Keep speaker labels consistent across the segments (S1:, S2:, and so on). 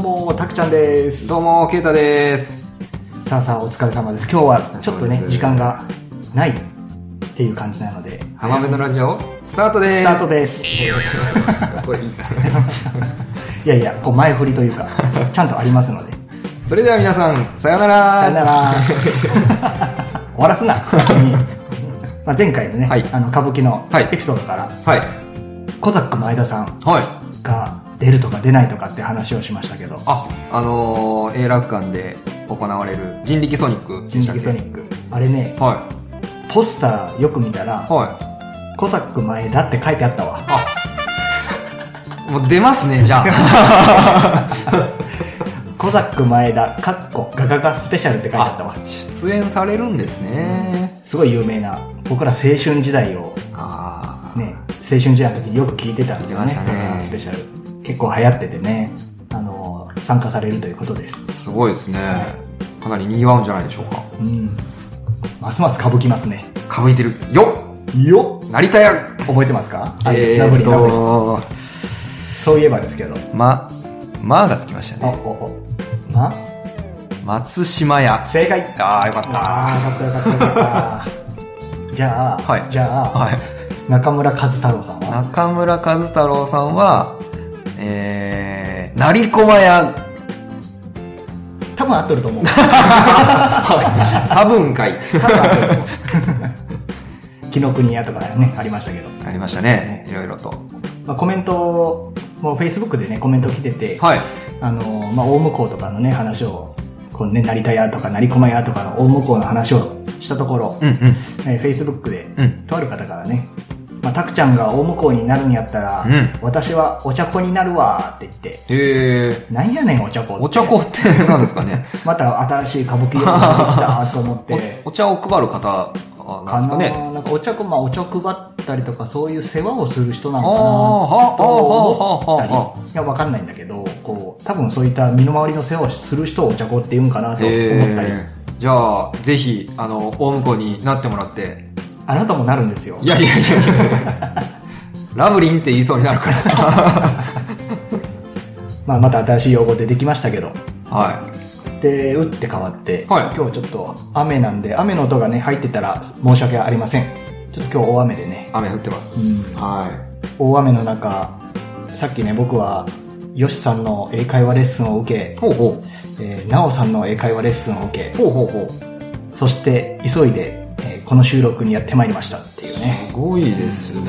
S1: もたくちゃんです
S2: どうも、ケイタです。
S1: さあさあお疲れ様です今日はちょっと
S2: お疲れ様
S1: ね
S2: です
S1: 時間がないっていう感じなので
S2: 浜辺のラジオ、スタートです。
S1: スタートです
S2: ト。これいいかな
S1: いやいやこう前振りと いうかちゃんとありますので
S2: それでは皆さん、さよなら。
S1: さよな ら終わらすなまあ前回のね、
S2: はい
S1: あの歌舞伎の
S2: はい
S1: エピソードから、
S2: はい。
S1: コザック前田さん
S2: はい。
S1: が出るとか出ないとかって話をしましたけど
S2: あ、あのー、永楽館で行われる人力ソニック
S1: 人
S2: でした
S1: 力ソ
S2: っけ。
S1: ニックあれね
S2: は
S1: ポスターよく見たら
S2: い。は
S1: コザック前田って書いてあったわ
S2: い。もう出ますね、じゃあ。
S1: コザック前田かっこガガガスペシャルって書いてあったわ
S2: あ出演されるんですね。
S1: すごい有名な僕ら青春時代を
S2: ああ。
S1: ね青春時代の時によく聞いてたんですよね
S2: 聞いてましたね
S1: ガガガスペシャル結構流行っててねあの参加されるということです
S2: すごいですね。かなり賑わうんじゃないでしょうか。
S1: うんますます歌舞伎ますね
S2: かぶいてる。よ
S1: よっ
S2: っ成田屋
S1: 覚えてますかあ
S2: え
S1: ラブリ
S2: ー
S1: ーラブリー
S2: と、
S1: そういえばですけど
S2: ま、まーがつきました
S1: おお
S2: ね。
S1: おま
S2: 松島屋。
S1: 正解
S2: ああ、よかった。
S1: ああよかったよかったよかった じゃあ、
S2: はい
S1: じゃあ、
S2: はい。
S1: 中村和太郎さんは
S2: 中村和太郎さんは、えー、成駒屋。
S1: 多分合ってると思う
S2: 多分会。
S1: 紀ノ国屋とかね、ありましたけど。
S2: ありましたね。いろいろと。
S1: まあ、コメント、もう Facebook でね、コメント来てて、
S2: はい。
S1: あの、まあ、大向こうとかのね、話を、このね、成田屋とか成駒屋とかの大向こうの話をしたところ、
S2: うんうん。
S1: えー Facebook で、
S2: うん
S1: とある方からね、まあ、たくちゃんが大向こうになるんやったら、
S2: うん
S1: 私はお茶子になるわって言って、
S2: へえ。
S1: なんやねんお茶子って
S2: お茶子って何ですか ね。
S1: また新しい歌舞伎が出てきたと思って
S2: お、お茶を配る方なんですか
S1: あ
S2: ね。
S1: のーなんかお茶子、まあ、お茶配ったりとか、そういう世話をする人なのか
S2: あ
S1: な
S2: ー
S1: と思った
S2: はあはあはあは
S1: り、いや、わかんないんだけど、こう、多分そういった身の回りの世話をする人をお茶子って言うんかなと思ったり、
S2: へえ。じゃあ、ぜひ、あの、大向こうになってもらって。
S1: あなたもなるんですよ
S2: い。やいやいやいや ラブリンって言いそうになるから。
S1: まあ、また新しい用語出てきましたけど。
S2: はい。
S1: で、打って変わって、
S2: はい
S1: 今日ちょっと雨なんで、雨の音がね、入ってたら申し訳ありません。ちょっと今日大雨でね、
S2: 雨降ってます。
S1: うん
S2: はい。
S1: 大雨の中、さっきね、僕は、ヨシさんの英会話レッスンを受け、
S2: ほうほ
S1: えー、ナオさんの英会話レッスンを受け
S2: う。、ほうほうほう。
S1: そして急いで、えーこの収録にやってまいりましたっていうね。
S2: すごいですね。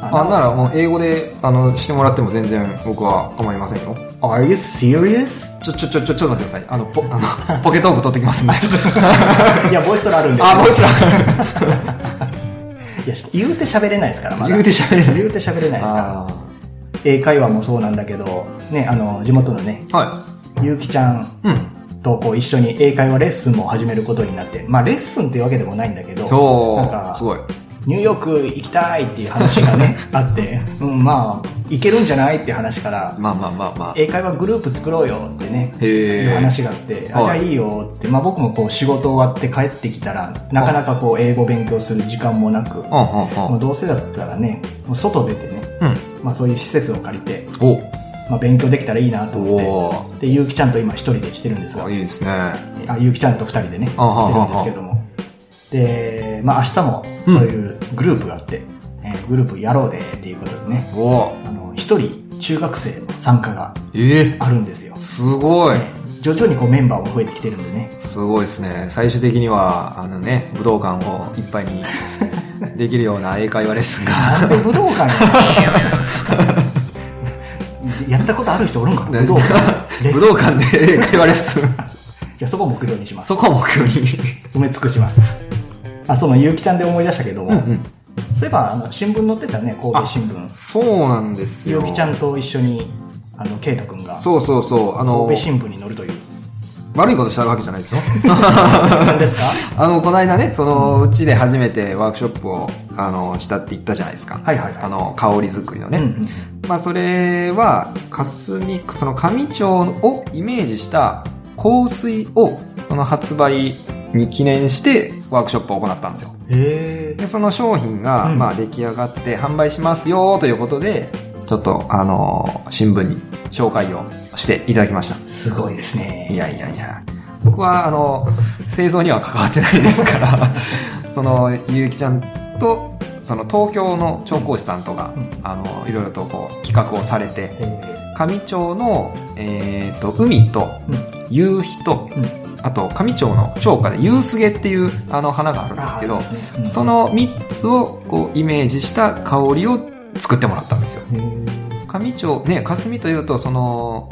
S1: あ
S2: あ、ならもう英語で、あの、してもらっても全然僕は構いませんよ。
S1: Are you serious?
S2: ちょ、ちょ、ちょ、ちょ、ちょっと待ってください。あの、ポ、あ の、ポケトーク取ってきますんで。
S1: いや、ボイストラあるんで。
S2: あ、もう一度。
S1: いや、言うて喋れないですから、まだ。
S2: 言うて喋れない
S1: 言うて喋れないですか
S2: あ
S1: ら。英会話もそうなんだけど、ね、あの、地元のね、
S2: ーは
S1: ゆうきちゃん
S2: い。うん。
S1: とこう一緒に英会話レッスンも始めることになって、まあレッスンっていうわけでもないんだけど、なん
S2: 今
S1: か
S2: 日、すごい。
S1: ニューヨーク行きたいっていう話が ね、あって、うん、まあ、行けるんじゃないっていう話から、
S2: まあまあまあまあ。
S1: 英会話グループ作ろうよってね、
S2: へー
S1: いう話があって、あ、じゃ
S2: は
S1: あ
S2: い
S1: いいよって、まあ僕もこう仕事終わって帰ってきたら、なかなかこう英語勉強する時間もなく、
S2: うん、
S1: もうどうせだったらね、もう外出てね、
S2: うん、うん。
S1: まあそういう施設を借りて、
S2: うん。
S1: まあ勉強できたらいいなと思
S2: お
S1: っ
S2: ー
S1: て、で、ゆうきちゃんと今一人でしてるんです
S2: お
S1: が
S2: ー、いいですね。
S1: あゆうきちゃんと二人でね、して
S2: あはあ
S1: る
S2: はあ
S1: んですけども。で、まあ明日もそういうグループがあって、えーグループやろうでっていうことでね、
S2: おー
S1: あの、一人中学生の参加が
S2: ええ
S1: あるんですよ。
S2: すごい。
S1: 徐々にこうメンバーも増えてきてるんでね。
S2: すごいですね。最終的には、あのね、武道館をいっぱいにできるような英会話レッスンが。
S1: で、武道館に やったことある人おるんかな武道館。レッスン
S2: 武道館で英会話レッスン。
S1: じゃあそこを目標にします。
S2: そこを目標に。
S1: 埋め尽くします。あ、その、ゆうきちゃんで思い出したけども、
S2: うん
S1: そういえば、あの、新聞載ってたね、神戸新聞。
S2: そうなんです
S1: ゆ
S2: よ。
S1: うきちゃんと一緒に、あの、ケイト君が、
S2: そうそうそう。あの
S1: 神戸、新聞に載ると いう。
S2: 悪いことしたわけじゃないですよ。
S1: 何ですか
S2: あの、この間ね、その、うちで初めてワークショップを、あの、したって言ったじゃないですか。
S1: はいはいはい
S2: あの、香り作りのね。
S1: うんうん
S2: まあ、それは、霞、その上町をイメージした香水を、その発売に記念してワークショップを行ったんですよ。
S1: へえ
S2: で、その商品が、
S1: うん
S2: まあ、出来上がって販売しますよということで、ちょっと、あのー新聞に紹介をしていただきました。
S1: すごいです
S2: い
S1: ね。
S2: やいやいや。僕は、あの、製造には関わってないですから、 その、ゆうきちゃんと、その東京の調香師さんとか、
S1: うん
S2: あの、いろいろとこう、企画をされて、
S1: えー
S2: 上町の、えっと、海と
S1: うん
S2: 夕日と、
S1: うん
S2: あと上町の町花で夕すげっていうあの花があるんですけど
S1: あ、ーいいですねうん
S2: その3つをこうイメージした香りを作ってもらったんですよ。
S1: へー
S2: 上町ね霞というとその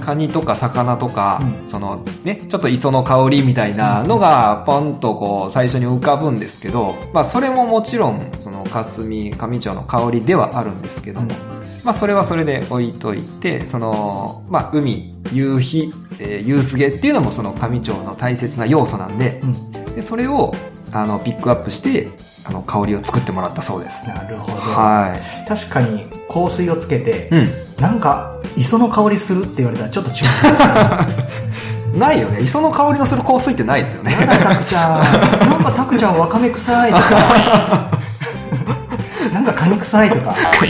S2: カニとか魚とか、
S1: うん
S2: そのねちょっと磯の香りみたいなのがポンとこう最初に浮かぶんですけど、まあ、それももちろんその霞上町の香りではあるんですけども、
S1: うん
S2: まあ、それはそれで置いといてその、まあ、海夕日、えー夕菅っていうのもその上町の大切な要素なんで
S1: うん
S2: でそれをあのピックアップしてあの香りを作ってもらったそうです。
S1: なるほど。
S2: は
S1: 確かに香水をつけて、
S2: い、うん
S1: なんか磯の香りするって言われたらちょっと違う。
S2: ないよね磯の香りのする香水ってないですよね
S1: なんかタクちゃん、なんかタクちゃんわかめ臭いと か、なんかカニ臭いとか、そう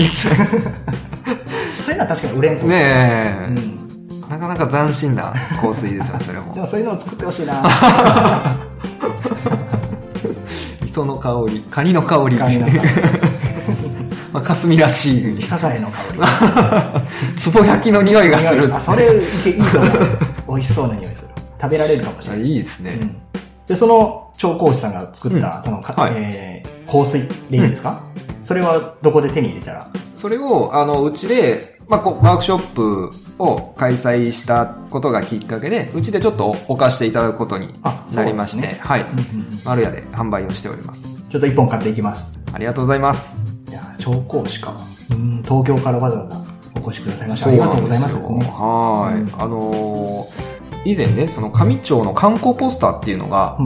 S1: いうのは確かに売れんと思う。
S2: ね
S1: う
S2: え、
S1: ん
S2: なかなか斬新な香水ですよねそれ
S1: で
S2: も
S1: もそういうのを作ってほしいな。
S2: 磯の香りカニの香り
S1: カニの香り
S2: まあ、霞らしい
S1: サザエの香り。
S2: つぼ焼きの匂いがする
S1: あそれいけいいと思う。美味しそうな匂いする。食べられるかもしれ
S2: あ
S1: ない。
S2: いいです
S1: う
S2: ね、
S1: んで、その調香師さんが作った、
S2: うん
S1: そのか、
S2: はい
S1: えー香水でいいんですか、それはどこで手に入れたら
S2: それをあのうちで、まあ、こうワークショップを開催したことがきっかけでうちでちょっとお貸していただくことに
S1: あそうですね
S2: なりまして、はい
S1: うんうんうん
S2: 丸屋で販売をしております
S1: ちょっと一本買っていきます。
S2: ありがとうございます
S1: いや、調香師か。うん、東京からわざわざお越しくださいました。ありがとうございます。
S2: そうなんですよはーい、あのー以前ねその上町の観光ポスターっていうのが、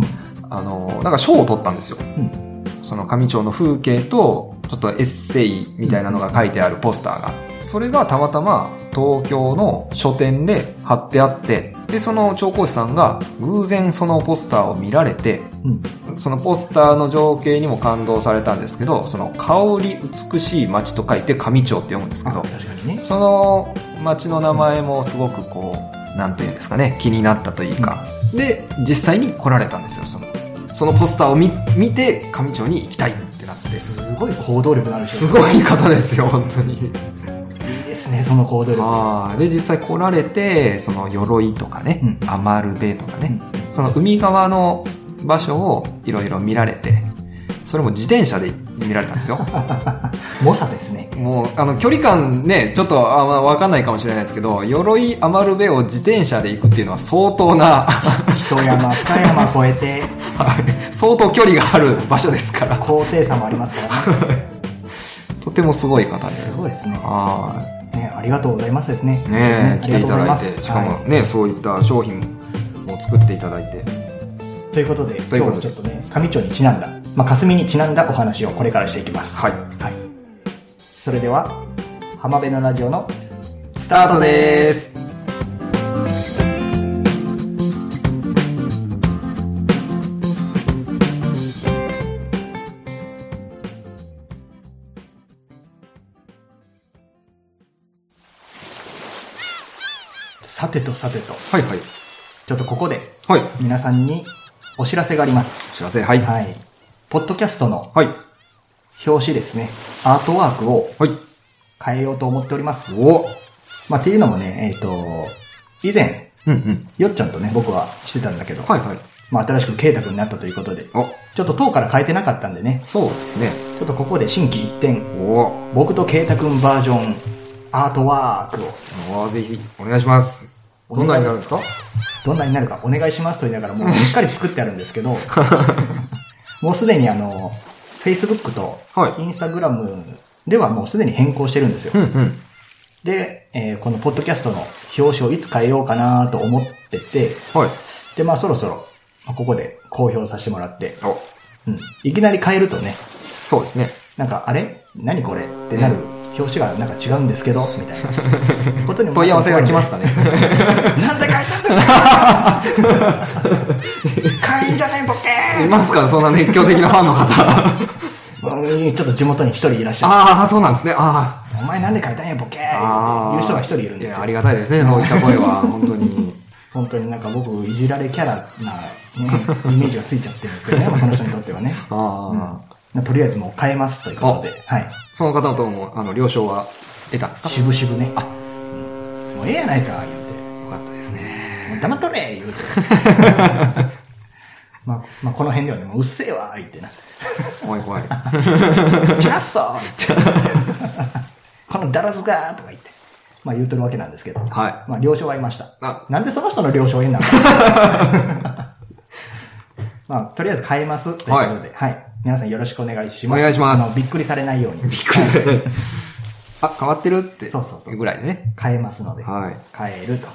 S2: あのーなんか賞を取ったんですよ
S1: うん。うん。
S2: その上町の風景とちょっとエッセイみたいなのが書いてあるポスターがそれがたまたま東京の書店で貼ってあってでその調香師さんが偶然そのポスターを見られて
S1: うん。
S2: そのポスターの情景にも感動されたんですけどその香り美しい街と書いて上町って読むんですけ
S1: あ
S2: ど
S1: 確かにね。
S2: その町の名前もすごくこう、なんていうんですかね、気になったというか。で、実際に来られたんですよ、その。そのポスターを見見て、上町に行きたいってなって。
S1: すごい行動力のある人。
S2: すごい方ですよ、本当に。
S1: いいですね、その行動力。
S2: あーで、実際来られて、その鎧とかね、
S1: うん
S2: アマルベとかね、その海側の場所をいろいろ見られて、それも自転車で見られたんですよ。
S1: 猛者ですね。
S2: もう、あの、距離感ね、ちょっと、あまあ、わかんないかもしれないですけど、鎧アマルベを自転車で行くっていうのは相当な、
S1: 一山、二山越えて、
S2: 相当距離がある場所ですから、
S1: 高低差もありますからね。
S2: とてもすごい方ですす。
S1: ごいですね。
S2: は
S1: ね、ありがとうございますですね。
S2: い。ねえ、
S1: うん
S2: 来ていただい
S1: ありがとうござ
S2: て、
S1: ます
S2: しかも
S1: は
S2: ね、そういった商品も作っていただいて。
S1: いということで、
S2: いう
S1: 今
S2: こ
S1: 日
S2: と
S1: は
S2: で
S1: ちょっとね、上町にちなんだ、まあ、霞にちなんだお話をこれからしていきます。
S2: はい。
S1: はい。それでは、浜辺のラジオの
S2: スタートです。
S1: さてとさてと、
S2: はいはい。
S1: ちょっとここで
S2: はい。
S1: 皆さんにお知らせがあります。
S2: お知らせ、はい。はい。
S1: はい。ポッドキャストの
S2: はい。
S1: 表紙ですね、アートワークを変えようと思っております。
S2: お
S1: まあ、っていうのもね、えっ、と、以前、
S2: うんうん。
S1: よっちゃんとね、僕はしてたんだけど、
S2: はいはい。
S1: まあ、新しく慶太くんになったということで、
S2: お、
S1: ちょっと当から変えてなかったんでね、
S2: そうですね。
S1: ちょっとここで新規一転、
S2: お
S1: 僕と慶太くんバージョン、アートワークを、
S2: おぜひ、お願いします。どんなになるんですか
S1: どんなになるかお願いしますと言いながら、 もうしっかり作ってあるんですけど、もうすでにあの、Facebook と
S2: はい
S1: Instagram ではもうすでに変更してるんですよ。
S2: うんうん。
S1: で、えーこのポッドキャストの表紙をいつ変えようかなと思ってて、
S2: はい。
S1: で、まあそろそろ、まあここで公表させてもらって、
S2: お、
S1: うん、いきなり変えるとね、
S2: そうですね。
S1: なんかあれ何これってなる表紙がなんか違うんですけど、みたい なことにも
S2: 問い合わせが来ますかね。
S1: なんで変えたんですか 変えんじゃないボケ
S2: いますかそんな熱狂的なファンの方。
S1: ーうんちょっと地元に一人いらっしゃる。
S2: ああ、そうなんですね。ああ。
S1: お前なんで書いたんや、ボケーって
S2: あー
S1: いう人が一人いるん
S2: い
S1: です
S2: や、
S1: よ
S2: あり。がたいですね、そういった声は、本当 に。
S1: 本当になんか僕、いじられキャラな、ね、イメージがついちゃってるんですけ どね、まあその人にとってはね。
S2: あ
S1: うん
S2: あ、
S1: まあとりあえずもう変えますということで、はい。
S2: その方とも、あの、了承は得たんですか
S1: 渋々ね。
S2: あ、
S1: あ、もうええやないか、言うて。
S2: よかったですね。
S1: もう黙っとれ言うて。 まあ、まあ、この辺ではね、もううっせえわ言ってな。
S2: 怖い怖い。
S1: チャッソー言っ て このだらずがーとか言って。まあ言うとるわけなんですけど。
S2: はい
S1: まあ了承は得ました。
S2: あ
S1: なんでその人の了承を得んなのか まあ、とりあえず変えますということで、
S2: は
S1: はい、皆さんよろしくお願いします。
S2: お願いします
S1: あの、びっくりされないように。
S2: びっくりだよね。あ、変わってるって。
S1: そうそうそう
S2: ぐらいでね。
S1: 変えますので、
S2: はい
S1: 変えると。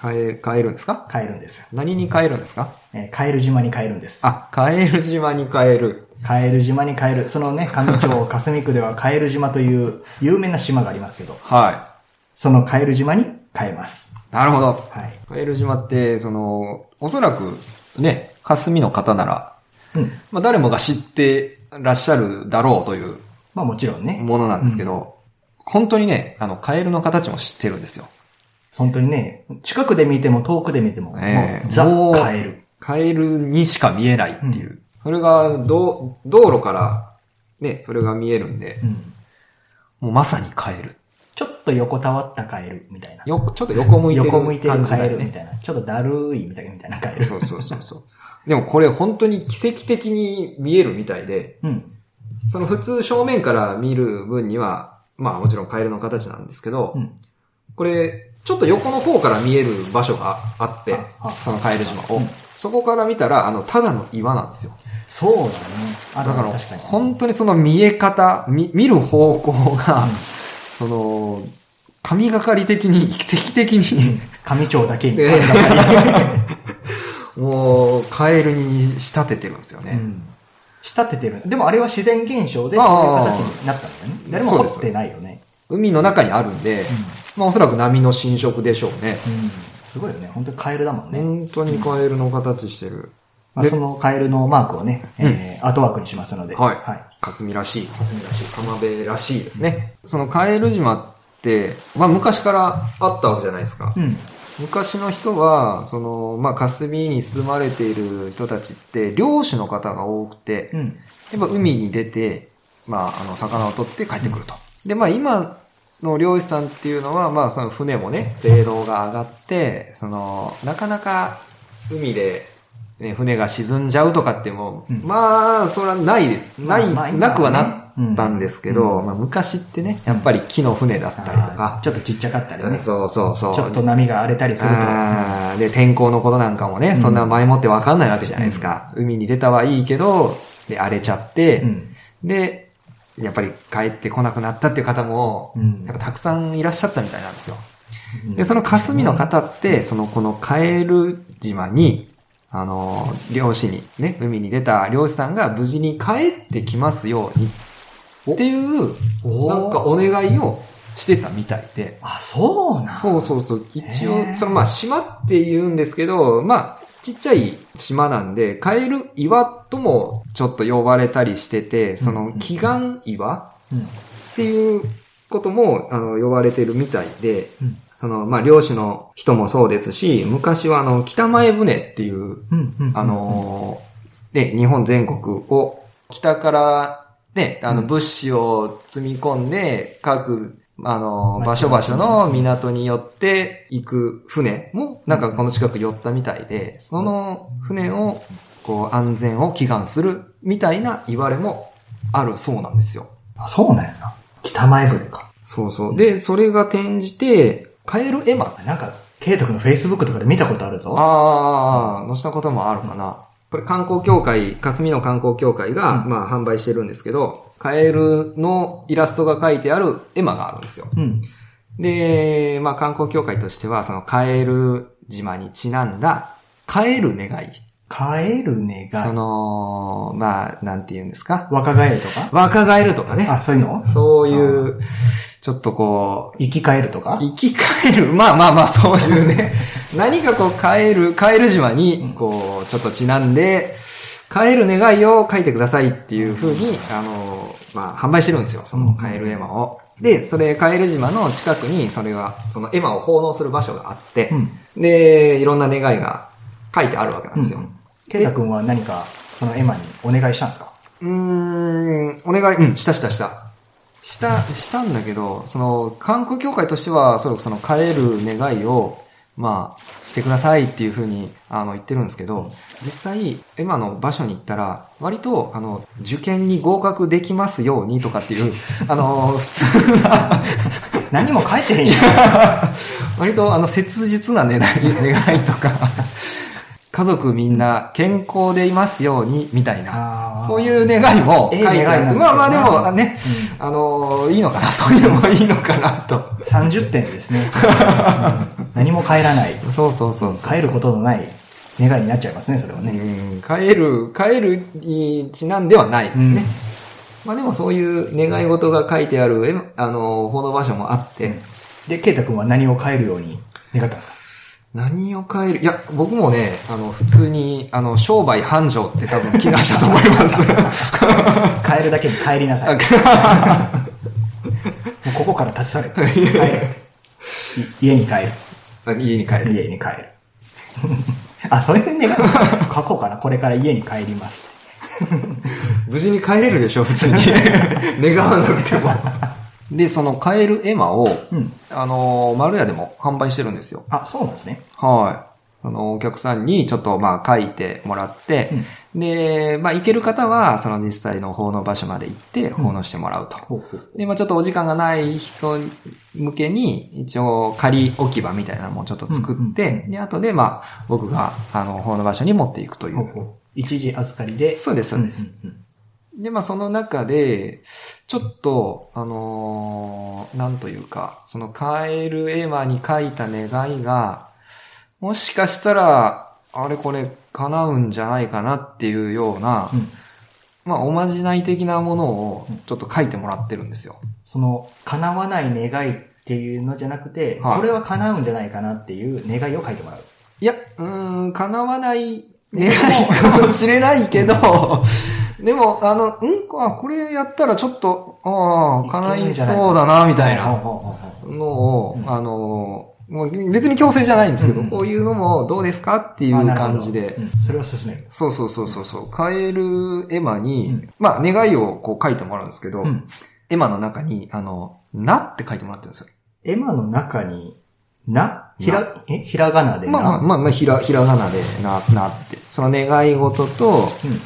S2: 変え、変えるんですか
S1: 変えるんですよ。
S2: 何に変えるんですか
S1: えー変える島に変えるんです。
S2: あ、変える島に変える。
S1: カエル島にカエル、そのね、上町霞区ではカエル島という有名な島がありますけど、
S2: は
S1: そのカエル島に変えます。
S2: い。なるほど。
S1: はい。
S2: 変える島って、その、おそらく、ね、霞の方なら、
S1: うん。
S2: まあ誰もが知ってらっしゃるだろうという
S1: まあもちろんね、
S2: ものなんですけど、本当にね、あの、カエルの形も知ってるんですよ。
S1: 本当にね、近くで見ても遠くで見ても、
S2: ええ
S1: もう
S2: もう
S1: ザ・カエル。
S2: カエルにしか見えないっていう。
S1: う
S2: それが、どう、道路から、ね、それが見えるんで、
S1: うん。
S2: もうまさにカエル。
S1: ちょっと横たわったカエルみたいな。
S2: よ、ちょっと横向いてる
S1: 横向いてる
S2: 感じ
S1: カ
S2: だ
S1: エ
S2: よ
S1: ルみ
S2: ね。
S1: たいな。ちょっとだるいみたいなみたいなカエル。
S2: そうそうそうそう。でもこれ本当に奇跡的に見えるみたいで、
S1: うん。
S2: その普通正面から見る分には、まあもちろんカエルの形なんですけど、
S1: うん。
S2: これ、ちょっと横の方から見える場所があって
S1: ああ、
S2: そのカエル島を、
S1: うん
S2: そこから見たら、あの、ただの岩なんですよ。
S1: そうだね。あ
S2: だ
S1: る
S2: から、
S1: 確かに。
S2: 本当にその見え方、見、見る方向が、その、神がかり的に、奇跡的に、
S1: 上町だけ に。
S2: え
S1: 神がかり
S2: もう、カエルに仕立ててるんですよ
S1: う
S2: ね。
S1: ん仕立ててる。でもあれは自然現象で
S2: あ
S1: そ
S2: あ
S1: ういう形になったんだよね。誰も
S2: そうです
S1: 掘ってないよね。
S2: 海の中にあるんで、まあおそらく波の浸食でしょうね。
S1: うん。すごいよね。本当にカエルだもんね。
S2: 本当にカエルの形してる。
S1: まあ、
S2: で
S1: そのカエルのマークをね、えーアートワークにしますので。
S2: はい。
S1: はい。
S2: 霞らしい。
S1: 霞らしい。
S2: 浜辺らしいですね。そのカエル島って、まあ昔からあったわけじゃないですか。
S1: うん。
S2: 昔の人は、その、まあ、霞に住まれている人たちって、漁師の方が多くて、
S1: う
S2: や
S1: ん。
S2: っぱ海に出て、まあ、あの、魚を取って帰ってくると。で、まあ、今の漁師さんっていうのは、まあ、その船もね、性能が上がって、その、なかなか海で、ね、船が沈んじゃうとかってもう、
S1: うん
S2: まあ、それはないです。
S1: ま
S2: な
S1: あ
S2: い、
S1: まあ今はね
S2: なくはなったんですけど、
S1: う
S2: まあ、昔ってね、やっぱり木の船だったりと
S1: あー
S2: か、
S1: ちょっとちっちゃかったりね。ちょ
S2: そうそうそう。
S1: っと波が荒れたりすると。
S2: あーで、天候のことなんかもね、そんな前もってわかんないわけじゃないですか。海に出たはいいけど、で、荒れちゃって、
S1: うん。
S2: で、やっぱり帰ってこなくなったっていう方も、
S1: うん
S2: やっぱたくさんいらっしゃったみたいなんですよ。
S1: うん
S2: で、その霞の方って、そのこのカエル島に、あの、漁師に、ね、海に出た漁師さんが無事に帰ってきますように、っていう、
S1: お
S2: なんかお願いをしてたみたいで。
S1: あ、そうなん。
S2: そうそうそう。一
S1: へー
S2: 応、そのまあ島って言うんですけど、まあ、ちっちゃい島なんで、カエル岩ともちょっと呼ばれたりしてて、そ
S1: うんう
S2: の
S1: ん
S2: 祈願岩
S1: うん。
S2: っていうことも、あの、呼ばれてるみたいで、
S1: うん。
S2: その、まあ、漁師の人もそうですし、昔はあの、北前船っていう、
S1: うん。うん。
S2: あのーで、日本全国を、北から、ね、あの、物資を積み込んで、各、あのー場
S1: 町
S2: 所
S1: 々
S2: 場所の港に寄って行く船も、なんかこの近く寄ったみたいで、その船を、こう、安全を祈願するみたいな言われもあるそうなんですよ。
S1: あ、そうなんやな。北前船か。
S2: そうそう。で、それが転じて、カエルエマ
S1: なんか、ケイト君の Facebook とかで見たことあるぞ。
S2: ああ、載せたこともあるかな。これ観光協会、霞の観光協会が、
S1: うん
S2: まあ販売してるんですけど、カエルのイラストが書いてある絵馬があるんですよ。
S1: うん。
S2: で、まあ観光協会としては、そのカエル島にちなんだ、カエル願い。
S1: カエル願
S2: そ
S1: い。
S2: の、まあ、なんて言うんですか。
S1: 若返るとか
S2: 若返るとかね。
S1: あ、そういうの
S2: そういう、ちょっとこう、
S1: 生き返るとか
S2: 生き返る。 まあまあまあ、そういうね。 何かこう、帰る、帰る島に、こう、ちょっとちなんで、帰る願いを書いてくださいっていう風に、あの、まあ、販売してるんですよ。その帰る絵馬を。で、それ、帰島の近くに、それは、その絵馬を奉納する場所があって、
S1: うん
S2: で、いろんな願いが書いてあるわけなんですよ。
S1: ケイタ君は何か、そのエマにお願いしたんですか
S2: うーん、お願い、うん、したしたした。した、したんだけど、その、観光協会としては、それこそその、帰る願いを、まあ、してくださいっていうふうに、あの、言ってるんですけど、実際、今の場所に行ったら、割と、あの、受験に合格できますようにとかっていう、あの、普通な、
S1: 何も書いてへんやん。
S2: 割と、あの、切実な願い、 願いとか、家族みんな健康でいますように、みたいな。
S1: あー
S2: そういう願いも書いてある
S1: ええ願いなんですよ
S2: まあまあでもね、あのーいいのかな、 そういうのもいいのかなと。
S1: 30点ですね。うん何も帰らない。
S2: そうそうそうそう。
S1: 帰ることのない願いになっちゃいますね、それはね。
S2: うん帰る、帰るにちなんではないですね。まあでもそういう願い事が書いてある、えあのー、奉納場所もあって、
S1: で、ケイタ君は何を帰るように願ったんですか
S2: 何を変えるいや、僕もね、あの、普通に、あの、商売繁盛って多分気がしたと思います。
S1: 帰るだけに帰りなさい。もう ここから立ち去れ。 帰れ。い家に帰る。
S2: 家に帰る。
S1: 家に帰る。 あ、それで願う。書こうかな。これから家に帰ります。
S2: 無事に帰れるでしょ、普 通に。願わなくても。で、その帰る絵馬を、
S1: うん
S2: あのー、丸屋でも販売してるんですよ。
S1: あ、そうなんですね。
S2: はい。あの、お客さんにちょっと、まあ、書いてもらって、で、まあ、行ける方は、その実際の奉納場所まで行って、奉納してもらうと。
S1: ほうほう
S2: で、まあ、ちょっとお時間がない人向けに、一応、仮置き場みたいなのもちょっと作って、で、後で、まあ、僕が、あの、奉納場所に持っていくとい
S1: ほう
S2: う。
S1: ほう一時預かりで。
S2: そうです、そうです。
S1: うんうん
S2: で、まあ、その中で、ちょっと、あのーなんというか、そのカエルエマに書いた願いが、もしかしたら、あれこれ叶うんじゃないかなっていうような、
S1: うん
S2: まあ、おまじない的なものを、ちょっと書いてもらってるんですよ。
S1: その、叶わない願いっていうのじゃなくて、
S2: はい
S1: これは叶うんじゃないかなっていう願いを書いてもらう。
S2: いや、うーん、叶わない願いかもしれないけど、でも、あの、うんあ、これやったらちょっと、ああ、叶いそうだな、みたいな。
S1: ほうほうほうほう
S2: のを、
S1: うん
S2: あの、もう別に強制じゃないんですけど、
S1: うんうん
S2: こういうのもどうですかっていう
S1: あなるほど
S2: 感じで、
S1: うんそれを進める。
S2: そうそうそうそうそう、カエルエマに、
S1: うん
S2: まあ願いをこう書いてもらうんですけど、
S1: うん
S2: エマの中に、あの、なって書いてもらってるんですよ。
S1: エマの中に、な、ひ
S2: な
S1: ら、え、ひらがなでな。
S2: まあまあまあ、まあ、ひら、ひらがなでな、なって。その願い事と、
S1: うん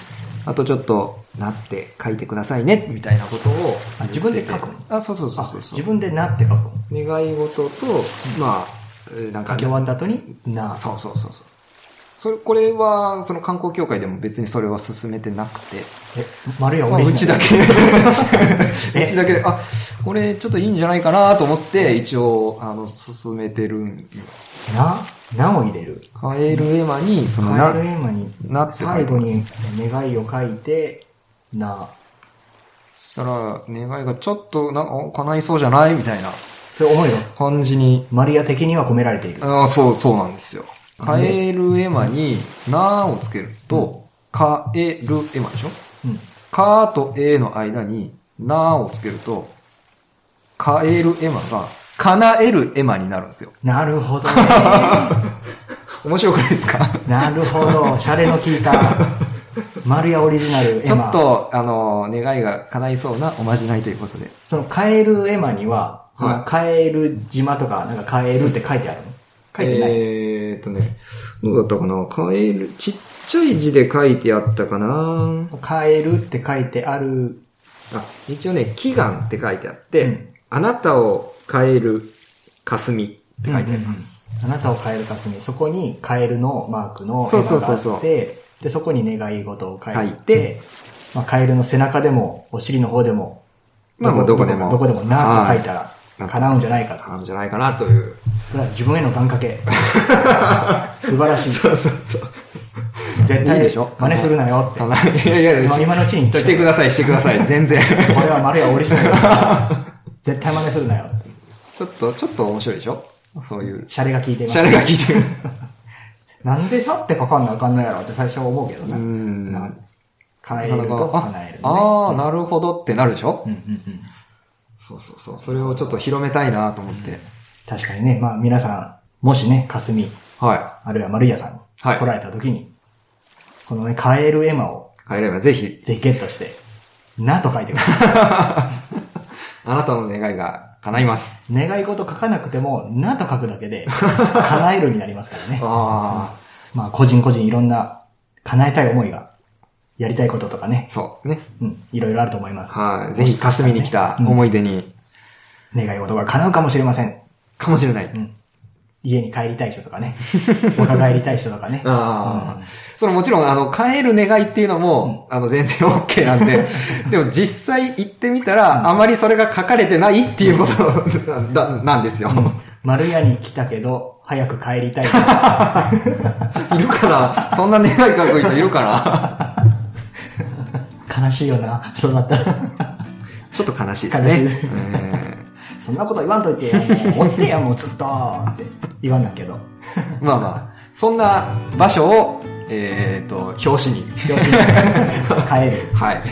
S2: あとちょっと、なって書いてくださいね、みたいなことを言ってて。
S1: あ自分で書くの
S2: あ、そうそうそう
S1: あ
S2: そうそう。
S1: 自分でなって書く。
S2: 願い事と、まあ、えーなんか
S1: 書き終わった後に、な。
S2: そうそうそうそう。それ、これは、その観光協会でも別にそれは進めてなくて、
S1: え、丸や
S2: まあ、
S1: 俺
S2: うちだ。 け、うちだけで、あ、これちょっといいんじゃないかなと思って、一応、あの、進めてるんよ
S1: な、なを入れる。
S2: カエルエマに、その
S1: カ
S2: な
S1: エル、エマに、
S2: なって書いて
S1: 最後に願いを書いて、な。
S2: したら、願いがちょっと、なんかお叶いそうじゃないみたいな
S1: それ思いを、
S2: 感じに、
S1: マリア的には込められている。
S2: あそう、そうなんですよ。カエルエマに、なをつけると、カエルエマでしょ
S1: うん。
S2: カーとエーの間に、なーをつけると、カエルエマが、叶えるエマになるんですよ。
S1: なるほど ね。
S2: 面白くないですか
S1: なるほど。シャレの効いた、丸屋オリジナルエマ。
S2: ちょっと、あの、願いが叶いそうなおまじないということで。
S1: そのカエルエマには、そのカエル島とか、なんかカエルって書いてあるの書いてない。
S2: えーっとね、どうだったかなカエル、ちっちゃい字で書いてあったかな
S1: カエルって書いてある。
S2: あ、一応ね、祈願って書いてあって、
S1: うん
S2: あなたを変える霞って書いてあります。
S1: あなたをカエルかすみ。そこにカエルのマークの絵
S2: そう
S1: 馬
S2: そう
S1: が
S2: そ
S1: あ
S2: うそう
S1: って、で、そこに願い事を書
S2: 書い
S1: い
S2: て
S1: て、まあ、カエルの背中でも、お尻の方でも、
S2: まあもうどこでも
S1: どこでもなって書いた
S2: は
S1: ら、
S2: い
S1: 叶うんじゃないかと。
S2: あるんじゃないかなという。
S1: プラス自分への願掛け。 素晴らしい。
S2: そうそうそう。
S1: 絶
S2: いい
S1: 対
S2: でしょ
S1: 真似するなよって。こ
S2: いやいやいや、
S1: 今今のうちに言っといて
S2: してください、してく ださい、全然。
S1: れは丸やオリジナルだ から。絶対真似するなよって。
S2: ちょっと、ちょっと面白いでしょそういう。
S1: シャレが効いてます
S2: シャ。レが効いてる。
S1: なんで立ってかかんなあかんのやろって最初は思うけどな。
S2: うん
S1: な叶えると叶える、ね。
S2: ああー、なるほどってなるでしょ
S1: うんうんうん。
S2: そうそうそう。それをちょっと広めたいなと思って。
S1: 確かにね、まあ皆さん、もしね、霞、
S2: は
S1: あるいは丸屋さんに
S2: はい
S1: 来られた時に、このね、カエルエマを
S2: い。帰ればぜひ、
S1: ぜひゲットして、なと書いてください。
S2: あなたの願いが叶います。
S1: 願い事書かなくても、なと書くだけで、叶えるになりますからね。
S2: あ
S1: まあ個人個人いろんな叶えたい思いが、やりたいこととかね
S2: あ、、そうですね。
S1: うん、いろいろあると思います。
S2: はい。ぜひ霞に来た思い出に、
S1: 願い事が叶うかもしれません。
S2: かもしれない。
S1: うん。家に帰りたい人とか ね、若返りたい人とかね。
S2: ああ、
S1: うん
S2: それもちろん、あの、帰る願いっていうのも、あの、全然 OK なん で、でも実際行ってみたら、あまりそれが書かれてないっていうこと なだなんですよ。
S1: 丸屋に来たけど、早く帰りたいです。
S2: いるから、そんな願い書く人いるから、
S1: 悲しいよな、そうだったら。
S2: ちょっと悲しいですね
S1: 悲しい。そんなこと言わんといてよ、もう追ってや、もうずっとって言わんだ けど。
S2: えーまあまあ、そんな場所を、えっ、と、表紙 に。
S1: 表紙に帰る。
S2: は
S1: は
S2: い。
S1: い。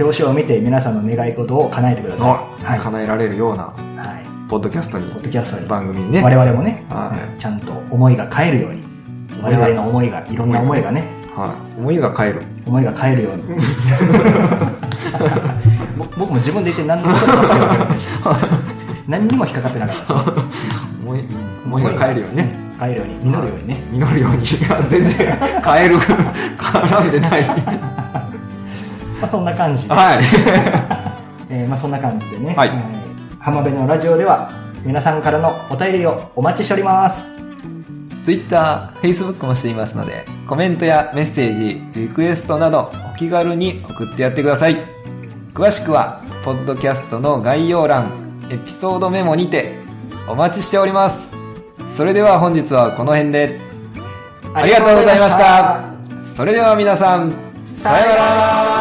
S1: 表紙を見て皆さんの願い事を叶えてください。は。
S2: はいい、叶えられるような、
S1: はい。
S2: ポッドキャストに、
S1: ポッドキャストに、
S2: 番組にね。
S1: 我々もね、
S2: はい
S1: ちゃんと思いが帰るように、
S2: 思
S1: 我
S2: いが
S1: 々の思いが、いろんな思いがね、
S2: はい。思いが変える。
S1: 思いが帰る ように。ぼ僕も自分で言って何のことも言ってなかったし何にも引っかかってなかったです。
S2: 思い、思いが変えるようにね。
S1: 帰るように、実るようにね。
S2: 実るように 全然変 える絡んでない
S1: まあそんな感じで。
S2: はい
S1: えーまあそんな感じでね、
S2: はい
S1: えー浜辺のラジオでは皆さんからのお便りをお待ちしております。
S2: TwitterFacebook もしていますのでコメントやメッセージリクエストなどお気軽に送ってやってください詳しくはポッドキャストの概要欄エピソードメモにてお待ちしておりますそれでは本日はこの辺でありがとうございましたそれでは皆さんさようなら